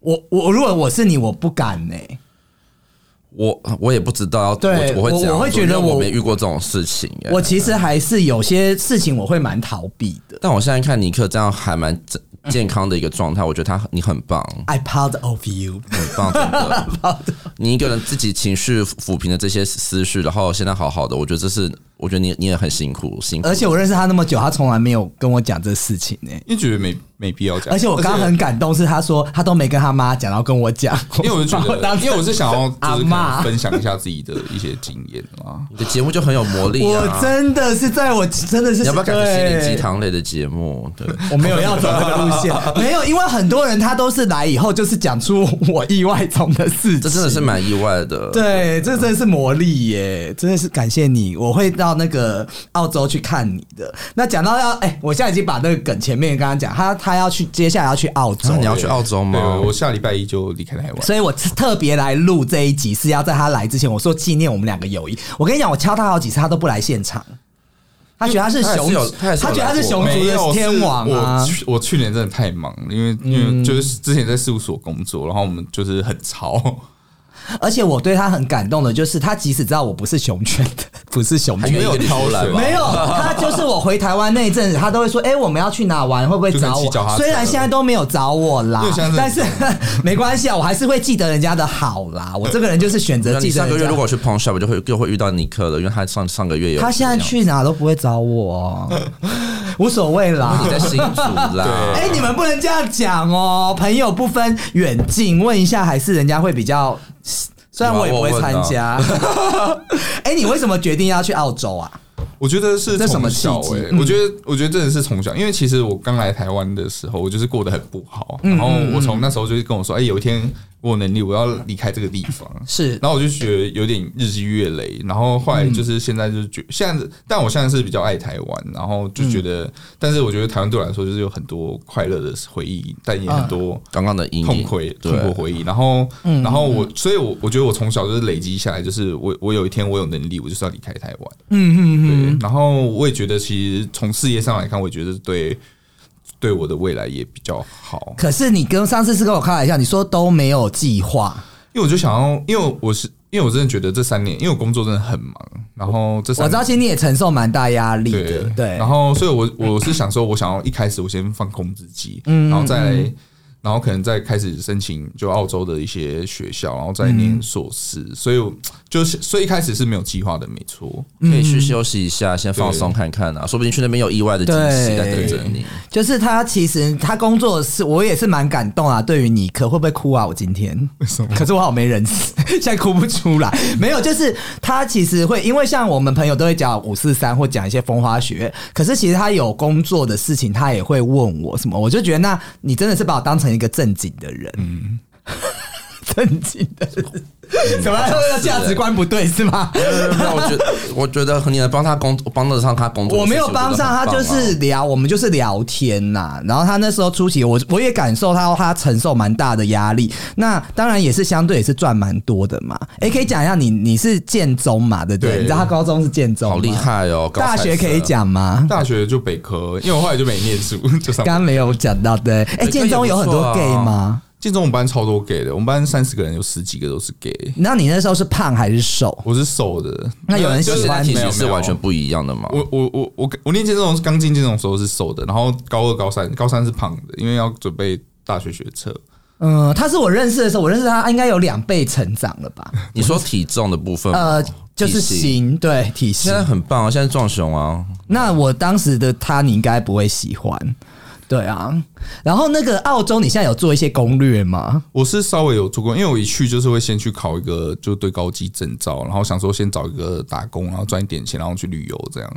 Speaker 1: 我我如果我是你，我不敢呢、
Speaker 3: 我我也不知道，
Speaker 1: 对
Speaker 3: 我我会
Speaker 1: 我
Speaker 3: 这样
Speaker 1: 我会
Speaker 3: 做
Speaker 1: 觉得
Speaker 3: 因为
Speaker 1: 我
Speaker 3: 我没遇过这种事情耶。
Speaker 1: 我其实还是有些事情我会蛮逃避的。
Speaker 3: 但我现在看尼克这样还蛮健健康的一个状态，我觉得他很你很棒，
Speaker 1: I proud of you，
Speaker 3: 很棒，真的。你一个人自己情绪抚平的这些思绪，然后现在好好的，我觉得这是，我觉得你你也很辛苦，辛苦
Speaker 1: 而。且我认识他那么久，他从来没有跟我讲这事情呢、
Speaker 2: 因为觉得没没必要讲。
Speaker 1: 而且我刚刚很感动，是他说他都没跟他妈讲，然后跟我讲，
Speaker 2: 因为我就觉
Speaker 1: 把
Speaker 2: 得，
Speaker 1: 当
Speaker 2: 因为我是 想要
Speaker 1: 阿
Speaker 2: 就是可
Speaker 1: 嬷
Speaker 2: 能分享一下自己的一些经验啊。
Speaker 3: 你的节目就很有魔力
Speaker 1: 我
Speaker 3: 啊！
Speaker 1: 真的是在我真的是
Speaker 3: 你要不要改成心灵鸡
Speaker 1: 对
Speaker 3: 汤类的节目？对，
Speaker 1: 我没有要走这个路线，没有，因为很多人他都是来以后就是讲出我意外中的事情，
Speaker 3: 这真的是蛮意外的。
Speaker 1: 对，这真的是魔力耶，真的是感谢你，我会到那个澳洲去看你的。那讲到要，哎、我现在已经把那个梗前面跟他讲，他他要去，接下来要去澳洲，
Speaker 3: 啊， 你要去澳洲
Speaker 2: 对，
Speaker 3: 吗？
Speaker 2: 我下礼拜一就离开台湾。
Speaker 1: 所以我特别来录这一集是要在他来之前，我说纪念我们两个友谊。我跟你讲，我敲他好几次，他都不来现场。他觉得他是
Speaker 3: 他也
Speaker 1: 熊
Speaker 3: 是有，他也是有
Speaker 1: 觉得他是
Speaker 3: 来过
Speaker 1: 熊族
Speaker 2: 没有
Speaker 1: 的
Speaker 2: 是
Speaker 1: 天嗯王啊
Speaker 2: 我！去我去年真的太忙了，因为因为就是之前在事务所工作，然后我们就是很吵。
Speaker 1: 而且我对他很感动的，就是他即使知道我不是熊圈的， 不是熊
Speaker 3: 还
Speaker 1: 圈
Speaker 3: 愿，意跟你出来吧？
Speaker 1: 没有， 他就是我回台湾那一阵子，他都会说：“哎、我们要去哪玩？会不会找
Speaker 2: 就跟骑脚踏
Speaker 1: 我？”
Speaker 2: 车
Speaker 1: 虽然现在都没有找我啦
Speaker 2: 因为现，在
Speaker 1: 但是 没关系啊，我还是会记得人家的好啦。我这个人就是选择
Speaker 3: 那你
Speaker 1: 记得
Speaker 3: 上个
Speaker 1: 人
Speaker 3: 月
Speaker 1: 家
Speaker 3: 如。果去 Pawn Shop 就会就会遇到尼克了，因为他上上个月有
Speaker 1: 他现在去哪都不会找我哦、无所谓啦。
Speaker 3: 你在新竹啦，
Speaker 1: 哎、你们不能这样讲哦，朋友不分远近，问一下还是人家会比较。虽然我也不会参加。 哎、你为什么决定要去澳洲啊？
Speaker 2: 我觉得是
Speaker 1: 这什么
Speaker 2: 从小
Speaker 1: 契机
Speaker 2: 哎、
Speaker 1: 嗯
Speaker 2: 我觉得我觉得真的是从小，因为其实我刚来台湾的时候，我就是过得很不好，
Speaker 1: 嗯
Speaker 2: 然后我从那时候就是跟我说，哎、有一天我有能力，我要离开这个地方，
Speaker 1: 是
Speaker 2: 然后我就觉得有点日积月累，然后后来就是现在就是
Speaker 1: 嗯
Speaker 2: 觉，现在但我现在是比较爱台湾，然后就觉得，
Speaker 1: 嗯
Speaker 2: 但是我觉得台湾对我来说就是有很多快乐的回忆，但也
Speaker 1: 啊
Speaker 2: 很多。
Speaker 3: 刚刚的阴
Speaker 2: 痛
Speaker 3: 影
Speaker 2: 苦回痛苦
Speaker 3: 对，
Speaker 2: 回忆，然后，然后我，所以我我觉得我从小就是累积下来，就是我我有一天我有能力，我就是要离开台湾。嗯嗯嗯。然后我也觉得，其实从事业上来看，我也觉得对对我的未来也比较好，
Speaker 1: 可是你跟上次是跟我开玩笑，你说都没有计划。
Speaker 2: 因为我就想要，因为我是因为我真的觉得这三年，因为我工作真的很忙，然后这三
Speaker 1: 我知道，其实你也承受蛮大压力的
Speaker 2: 对，
Speaker 1: 对。
Speaker 2: 然后，所以我我是想说，我想要一开始我先放空自己，
Speaker 1: 嗯
Speaker 2: 然后再，然后可能再开始申请就澳洲的一些学校，然后再念硕士。
Speaker 1: 嗯
Speaker 2: 所以我就是，所以一开始是没有计划的，没错。
Speaker 3: 可
Speaker 1: 嗯
Speaker 3: 以去休息一下，先放松看看啊，说不定去那边有意外的惊喜在等着你。
Speaker 1: 就是他其实他工作是我也是蛮感动啊。对于你，可会不会哭啊？我今天为什么？可是我好没人气， 现在哭不出来。没有，就是他其实会，因为像我们朋友都会讲五四三或讲一些风花雪月，可是其实他有工作的事情，他也会问我什么，我就觉得那你真的是把我当成一个正经的人，嗯， 正经的 人，什么价值观不对是 吗？
Speaker 3: 那我觉得，我觉得你能帮他工，帮得啊上他工作，
Speaker 1: 我没有帮上他，就是聊，我们就是聊天呐、然后他那时候出席，我我也感受到他承受蛮大的压力。那当然也是相对也是赚蛮多的嘛。哎、可以讲一下你你是建中嘛，对不对？
Speaker 2: 对
Speaker 1: 你知道他高中是建中，
Speaker 3: 好厉。害哦。高
Speaker 1: 大
Speaker 3: 材
Speaker 1: 学可以
Speaker 3: 生，
Speaker 1: 讲吗？
Speaker 2: 大学就北科，因为我后来就没念书， 就上
Speaker 1: 刚。刚没有讲到对。哎、
Speaker 3: 哎
Speaker 1: 建中有很多
Speaker 3: 可以
Speaker 1: gay
Speaker 3: 不错啊
Speaker 1: 吗？
Speaker 2: 建中我们班超多 gay 的，我们班三十个人有十几个都是 gay。
Speaker 1: 那你那时候是胖还是瘦？
Speaker 2: 我是瘦的，
Speaker 1: 那有人
Speaker 2: 就
Speaker 1: 喜
Speaker 2: 是
Speaker 3: 现在
Speaker 1: 欢
Speaker 3: 体
Speaker 1: 你
Speaker 2: 没有
Speaker 3: 型是
Speaker 2: 没有
Speaker 3: 完全不一样的嘛。
Speaker 2: 我我我我我念建中刚进建中的时候是瘦的，然后高二高三高三是胖的，因为要准备大学学测。
Speaker 1: 嗯，他是我认识的时候，我认识他应该有两倍成长了吧？
Speaker 3: 你说体重的部分吗，
Speaker 1: 呃，就是
Speaker 3: 体型
Speaker 1: 型对体型
Speaker 3: 现。在很棒啊，现在壮熊啊，
Speaker 1: 那我当时的他，你应该不会喜欢。对啊，然后那个澳洲，你现在有做一些攻略吗？
Speaker 2: 我是稍微有做过，因为我一去就是会先去考一个就对高级证照，然后想说先找一个打工，然后赚一点钱，然后去旅游这样。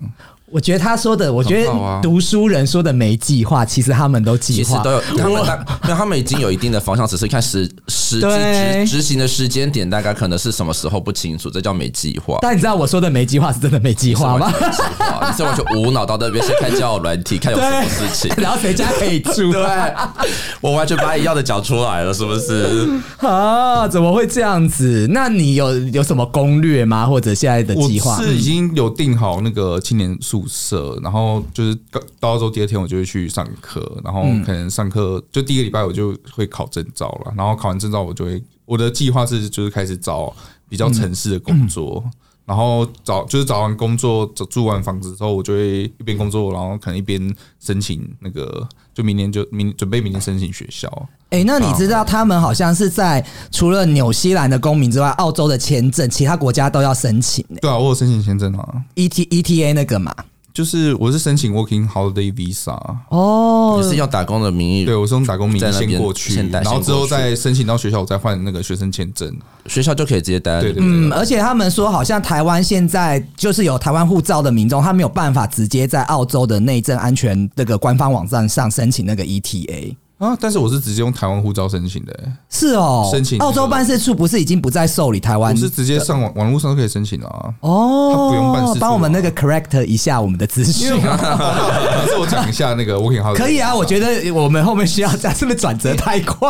Speaker 1: 我觉得他说的，我觉
Speaker 3: 很好
Speaker 1: 得
Speaker 3: 啊
Speaker 1: 读书人说的没计划，其实他们都计
Speaker 3: 其实
Speaker 1: 划。
Speaker 3: 都有，他们大没有，他们已经有一定的方向，只是看实实际
Speaker 1: 对
Speaker 3: 执执行的时间点，大概可能是什么时候不清楚，这叫没计划。
Speaker 1: 但你知道我说的没计划是真的没计划吗？
Speaker 3: 哇你是完全无脑到那边先看交友软体，看有 什么事情。
Speaker 1: 然后谁家可以住？对
Speaker 3: 我完全把你要的讲出来了，是不是？
Speaker 1: 啊，怎么会这样子？那你有有什么攻略吗？或者现在的
Speaker 2: 我
Speaker 1: 计划？嗯
Speaker 2: 是已经有订好那个青年宿舍，然后就是到到澳洲第二天我就会去上课，然后
Speaker 1: 嗯
Speaker 2: 可能上课就第一个礼拜我就会考证照了，然后考完证照我就会我的计划是就是开始找比
Speaker 1: 嗯
Speaker 2: 较城市的工作。然后找就是找完工作，找住完房子之后，我就会一边工作，然后可能一边申请那个，就明年就明准备明年申请学校。
Speaker 1: 哎、那你知道他们好像是在除了纽西兰的公民之外，澳洲的签证，其他国家都要申请、欸、
Speaker 2: 对啊，我有申请签证啊，
Speaker 1: E T E T A 那个嘛。
Speaker 2: 就是我是申请 Working Holiday Visa，
Speaker 1: 哦
Speaker 3: 你是用打工的名义
Speaker 2: 对，我是用打工名
Speaker 3: 在
Speaker 2: 义
Speaker 3: 那
Speaker 2: 先
Speaker 3: 边
Speaker 2: 过去，
Speaker 3: 先待
Speaker 2: 然后
Speaker 3: 先
Speaker 2: 之
Speaker 3: 过
Speaker 2: 后
Speaker 3: 去
Speaker 2: 再申请到学校，我再换那个学生签证。
Speaker 3: 学校就可以直接待在
Speaker 2: 对
Speaker 3: 里
Speaker 2: 对
Speaker 3: 面。
Speaker 1: 嗯，
Speaker 2: 对，
Speaker 1: 而且他们说，好像台湾现在就是有台湾护照的民众，他没有办法直接在澳洲的内政安全那个官方网站上申请那个 E ETA。
Speaker 2: 啊，但是我是直接用台湾护照申请的、欸
Speaker 1: 是哦，
Speaker 2: 申请那个
Speaker 1: 澳洲办事处不是已经不再受理台湾
Speaker 2: 我？是直接上网网络上都可以申请的啊。
Speaker 1: 哦，
Speaker 2: 他不用办事处
Speaker 1: 帮我们那个 correct 一下我们的资讯。啊
Speaker 2: 还是我讲一下那个 Working Holiday，
Speaker 1: 可以啊，
Speaker 2: Visa
Speaker 1: 我觉得我们后面需要这样，是不是转折太 快？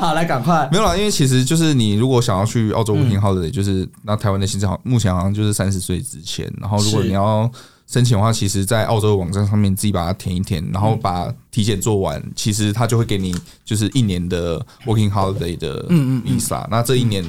Speaker 1: 好，来赶快。
Speaker 2: 没有啦，因为其实就是你如果想要去澳洲
Speaker 1: 嗯
Speaker 2: working holiday，、就是那台湾的行政好，目前好像就是三十岁之前。然后如果
Speaker 1: 是
Speaker 2: 你要申请的话，其实，在澳洲的网站上面自己把它填一填，然
Speaker 1: 嗯
Speaker 2: 后把体检做完，其实它就会给你就是一年的 working holiday 的
Speaker 1: 嗯
Speaker 2: visa。那这一年。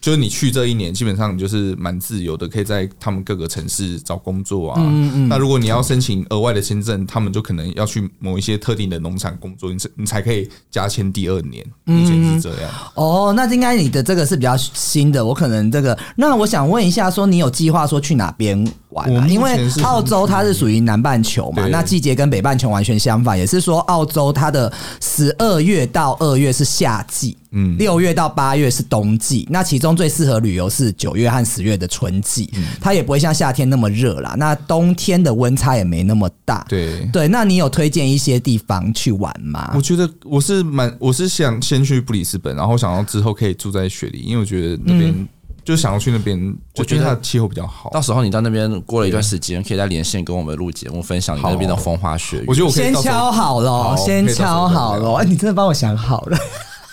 Speaker 2: 就是你去这一年，基本上你就是蛮自由的，可以在他们各个城市找工作
Speaker 1: 嗯
Speaker 2: 啊。那如果你要申请额外的签证，他们就可能要去某一些特定的农场工作，你才你才可以加签第二年。
Speaker 1: 嗯
Speaker 2: 目前是这样。
Speaker 1: 哦，那应该你的这个是比较新的，我可能这个。那我想问一下，说你有计划说去哪边玩啊吗、
Speaker 2: 我目前
Speaker 1: 因为
Speaker 2: 是
Speaker 1: 澳洲它是属于南半球嘛，
Speaker 2: 对
Speaker 1: 那季节跟北半球完全相反，也是说澳洲它的十二月到二月是夏季，嗯，六月到八月是冬季。那其中最适合旅游是九月和十月的春季、它也不会像夏天那么热啦。那冬天的温差也没那么大。
Speaker 2: 对，
Speaker 1: 对，啊那你有推荐一些地方去玩吗？
Speaker 2: 我觉得我是蛮，我是想先去布里斯本，然后想要之后可以住在雪梨，因为我觉得那边、
Speaker 1: 嗯
Speaker 2: 就想要去那边，就
Speaker 3: 我
Speaker 2: 觉
Speaker 3: 觉得
Speaker 2: 得它的气候比较好
Speaker 3: 到。时候你到那边过了一段时间，可以来连线跟我们录节目，分享你那边的风花雪月。
Speaker 2: 我觉得我可以
Speaker 1: 先
Speaker 2: 到时候
Speaker 1: 敲好了，
Speaker 2: 好
Speaker 1: 先敲好
Speaker 2: 可以到
Speaker 1: 了。
Speaker 2: 时候再聊
Speaker 1: 哎，你真的帮我想好了。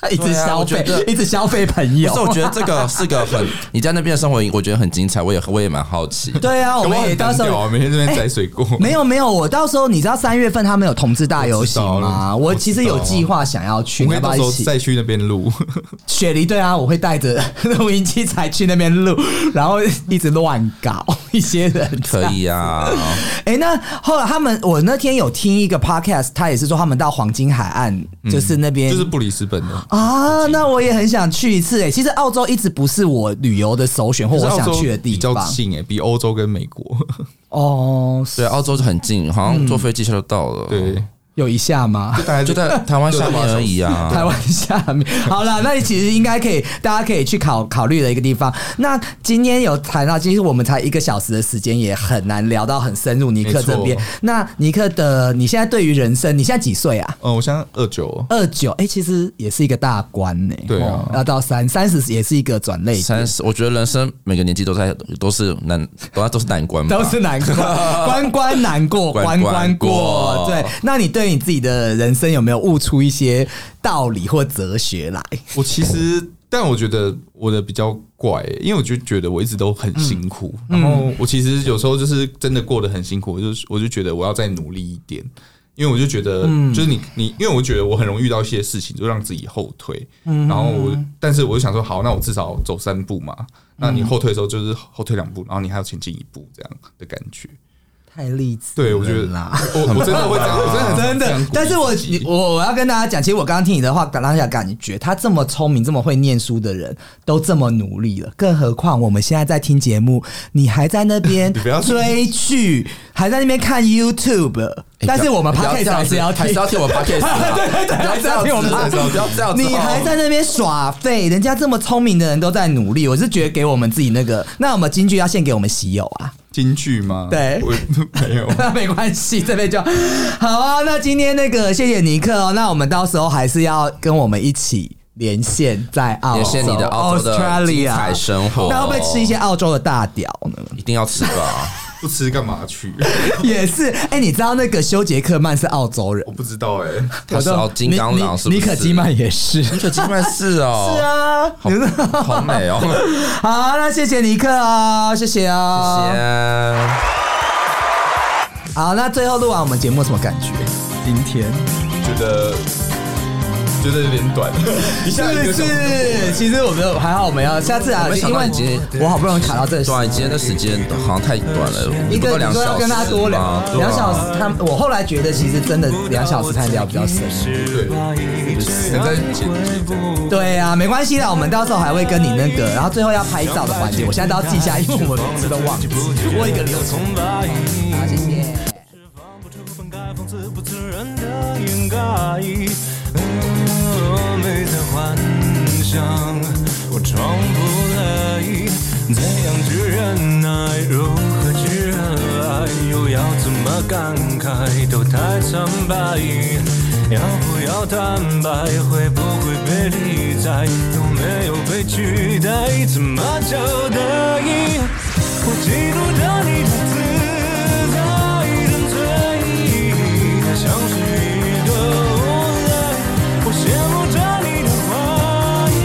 Speaker 1: 一直
Speaker 3: 对啊
Speaker 1: 消
Speaker 3: 我觉
Speaker 1: 费
Speaker 3: 得，
Speaker 1: 一直消费朋友
Speaker 3: 不是，。我觉得这个是个很你在那边的生活，我觉得很精彩，我也我也蛮好奇。
Speaker 1: 对啊，我
Speaker 2: 搞不好
Speaker 1: 们也
Speaker 2: 很
Speaker 1: 到
Speaker 2: 单
Speaker 1: 时
Speaker 2: 调啊，
Speaker 1: 候哎
Speaker 2: 每天这边摘水果，
Speaker 1: 没有没有，我到时候你知道三月份他们有同志大游行
Speaker 2: 我知道
Speaker 1: 吗？
Speaker 2: 了
Speaker 1: 我其实有计划想要去，
Speaker 2: 我
Speaker 1: 你
Speaker 2: 们可
Speaker 1: 要
Speaker 2: 以
Speaker 1: 不要
Speaker 2: 到时
Speaker 1: 一
Speaker 2: 候
Speaker 1: 起？
Speaker 2: 再去那边录，
Speaker 1: 雪梨对啊，我会带着 录音器材去那边录，然后一直乱搞 一些人。
Speaker 3: 可以啊，
Speaker 1: 哎、那后来他们，我那天有听一个 podcast，他也是说他们到黄金海岸，就是那边、
Speaker 2: 嗯就是布里斯本的。
Speaker 1: 啊，那我也很想去一次哎、其实澳洲一直不是我旅游的首选或我想去的地
Speaker 2: 比较
Speaker 1: 方
Speaker 2: 近哎，比欧洲跟美 国，
Speaker 1: 哦，
Speaker 3: 对，澳洲就很近，好像坐飞机一下就到了。
Speaker 2: 对，，
Speaker 1: 有一下 吗？
Speaker 2: 大概
Speaker 3: 就在台湾下面而已
Speaker 1: 台
Speaker 3: 啊。
Speaker 1: 湾下面。 好了，那你其实应该可以，大家可以去考考虑的一个地方。那今天有谈到，其实我们才一个小时的时间，也很难聊到很深入尼克这边
Speaker 2: 没错。
Speaker 1: 那尼克的，你现在对于人生，你现在几岁啊？
Speaker 2: 嗯，我现在二九，
Speaker 1: 二九，哎，其实也是一个大关呢、
Speaker 2: 对啊
Speaker 1: 哦要到三三十也是一个转类点，
Speaker 3: 三十，我觉得人生每个年纪都在都是难，都都是难关 吧。
Speaker 1: 都是难 过，关关难过，关
Speaker 3: 关
Speaker 1: 关
Speaker 3: 关
Speaker 1: 过
Speaker 3: 过。
Speaker 1: 对，那你对你自己的人生有没有悟出一些道理或哲学来？
Speaker 2: 我其实，但我觉得我的比较怪、欸，因为我就觉得我一直都很辛苦，
Speaker 1: 嗯
Speaker 2: 然后我其实有时候就是真的过得很辛苦，我就是我就觉得我要再努力一点，因为我就觉得，
Speaker 1: 嗯
Speaker 2: 就是你你，因为我觉得我很容易遇到一些事情，就让自己后退，
Speaker 1: 嗯
Speaker 2: 然后我，但是我就想说，好，那我至少走三步嘛，那你后退的时候就是后退两步，然后你还要前进一步这样的感觉，
Speaker 1: 太励志，
Speaker 2: 对我觉得，
Speaker 1: 啦。
Speaker 2: 我我真的会这样，我真的 很
Speaker 1: 真
Speaker 2: 这样
Speaker 1: 的
Speaker 2: 鼓励，
Speaker 1: 但是我
Speaker 2: 自己
Speaker 1: 你我我要跟大家讲，其实我刚刚听你的话，当下感觉他这么聪明、这么会念书的人都这么努力了，更何况我们现在在听节目，你还在那边
Speaker 2: 你不要
Speaker 1: 追剧，还在那边看 YouTube，但是我们 p
Speaker 3: 不
Speaker 1: o
Speaker 3: 哎要
Speaker 1: d
Speaker 3: 这
Speaker 1: c
Speaker 3: 样
Speaker 1: a 是要
Speaker 3: 子
Speaker 1: 听
Speaker 3: 还是。要听我 podcast 啊？对对对，不要
Speaker 1: 还
Speaker 3: 这样
Speaker 1: 是要听我
Speaker 3: 子，
Speaker 1: 们
Speaker 3: 还是要不要这样子。
Speaker 1: 你还
Speaker 3: 哦
Speaker 1: 在那边耍废，人家这么聪明的人都在努力，我是觉得给我们自己那个，那我们京剧要献给我们喜友啊。
Speaker 2: 京剧吗？
Speaker 1: 对
Speaker 2: 我没有。
Speaker 1: 那没关系，这边就好啊。那今天那个谢谢尼克哦，那我们到时候还是要跟我们一起连线在澳洲，
Speaker 3: 连线你的澳洲的
Speaker 1: 哦 Australia
Speaker 3: 精彩生活
Speaker 1: 那会不会吃一些澳洲的大屌呢？
Speaker 3: 一定要吃吧？
Speaker 2: 不吃干嘛去？
Speaker 1: 也是，哎、你知道那个修杰克曼是澳洲人
Speaker 2: 我，不知道哎、
Speaker 3: 他是哦，金刚狼是不
Speaker 1: 尼
Speaker 3: 是？
Speaker 1: 尼可基曼也是。
Speaker 3: 尼可基曼是哦，
Speaker 1: 是啊，你知道
Speaker 3: 好美 哦，
Speaker 1: 好，那谢谢尼克哦，谢谢哦，
Speaker 3: 谢谢。
Speaker 1: 好，那最后录完我们节目有什么感觉？今天
Speaker 2: 觉得觉得有点短，一
Speaker 1: 是
Speaker 2: 下子
Speaker 1: 不
Speaker 2: 就想
Speaker 1: 是？其实我们还好，我们要下次啊，
Speaker 3: 我没想
Speaker 1: 因
Speaker 3: 到
Speaker 1: 为
Speaker 3: 你今天
Speaker 1: 我好不容易卡到这里，
Speaker 3: 对啊，今天的时间好像太短了，
Speaker 1: 一
Speaker 3: 不
Speaker 1: 个
Speaker 3: 到
Speaker 1: 你
Speaker 3: 两
Speaker 1: 说要
Speaker 3: 小时
Speaker 1: 跟他多聊
Speaker 3: 吗对啊
Speaker 1: 两小时，他我后来觉得其实真的两小时才聊比较深。
Speaker 2: 对，现在剪辑这样
Speaker 1: 对啊，没关系啦，我们到时候还会跟你那个，然后最后要拍照的环节，我现在都要记下，因为我每次都忘 记，我有一个流程。好，谢谢。
Speaker 6: 是防不住本该放肆不自然的掩盖。我没在幻想，我装不来，怎样去忍耐，如何去忍爱，又要怎么感慨，都太苍白。要不要坦白？会不会被理睬？有没有被取代？怎么交代？我嫉妒着你的自在，沉醉，它像是一个无赖。我羡慕着你的花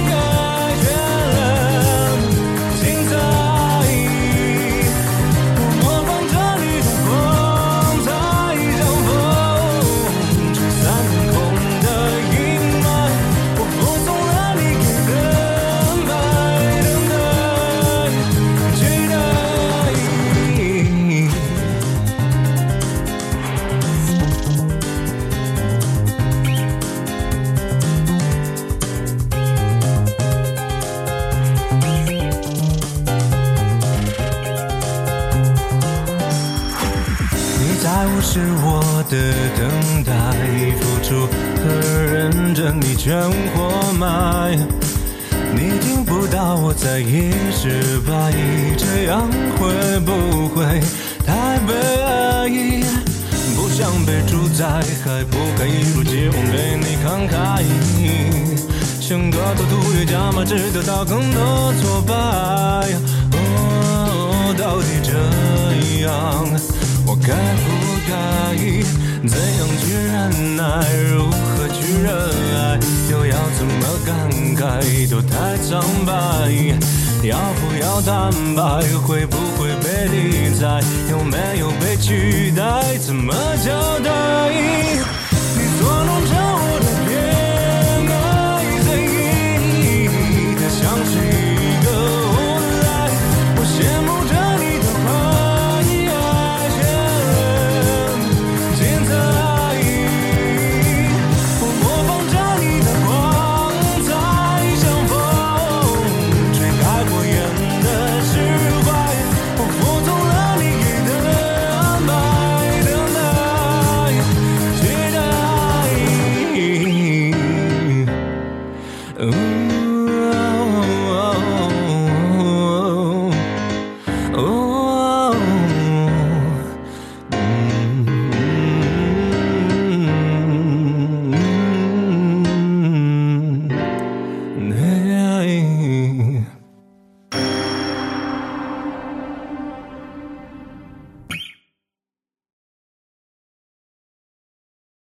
Speaker 6: 开绚烂精彩，我模仿着你的光彩，像风吹散空的阴霾。我服从了你给的安排，等待。期待。你在无视我的等待，付出和认真你全活埋。你听不到我在意失败，这样会不会太悲哀？不想被主宰，还不该一如既往对你慷慨。像个赌徒越加码，只得到更多挫败。哦，到底这样，我该不该？怎样去忍耐？如何去热爱？又要怎么感你都太苍白，要不要坦白？会不会被替代？有没有被取代？怎么交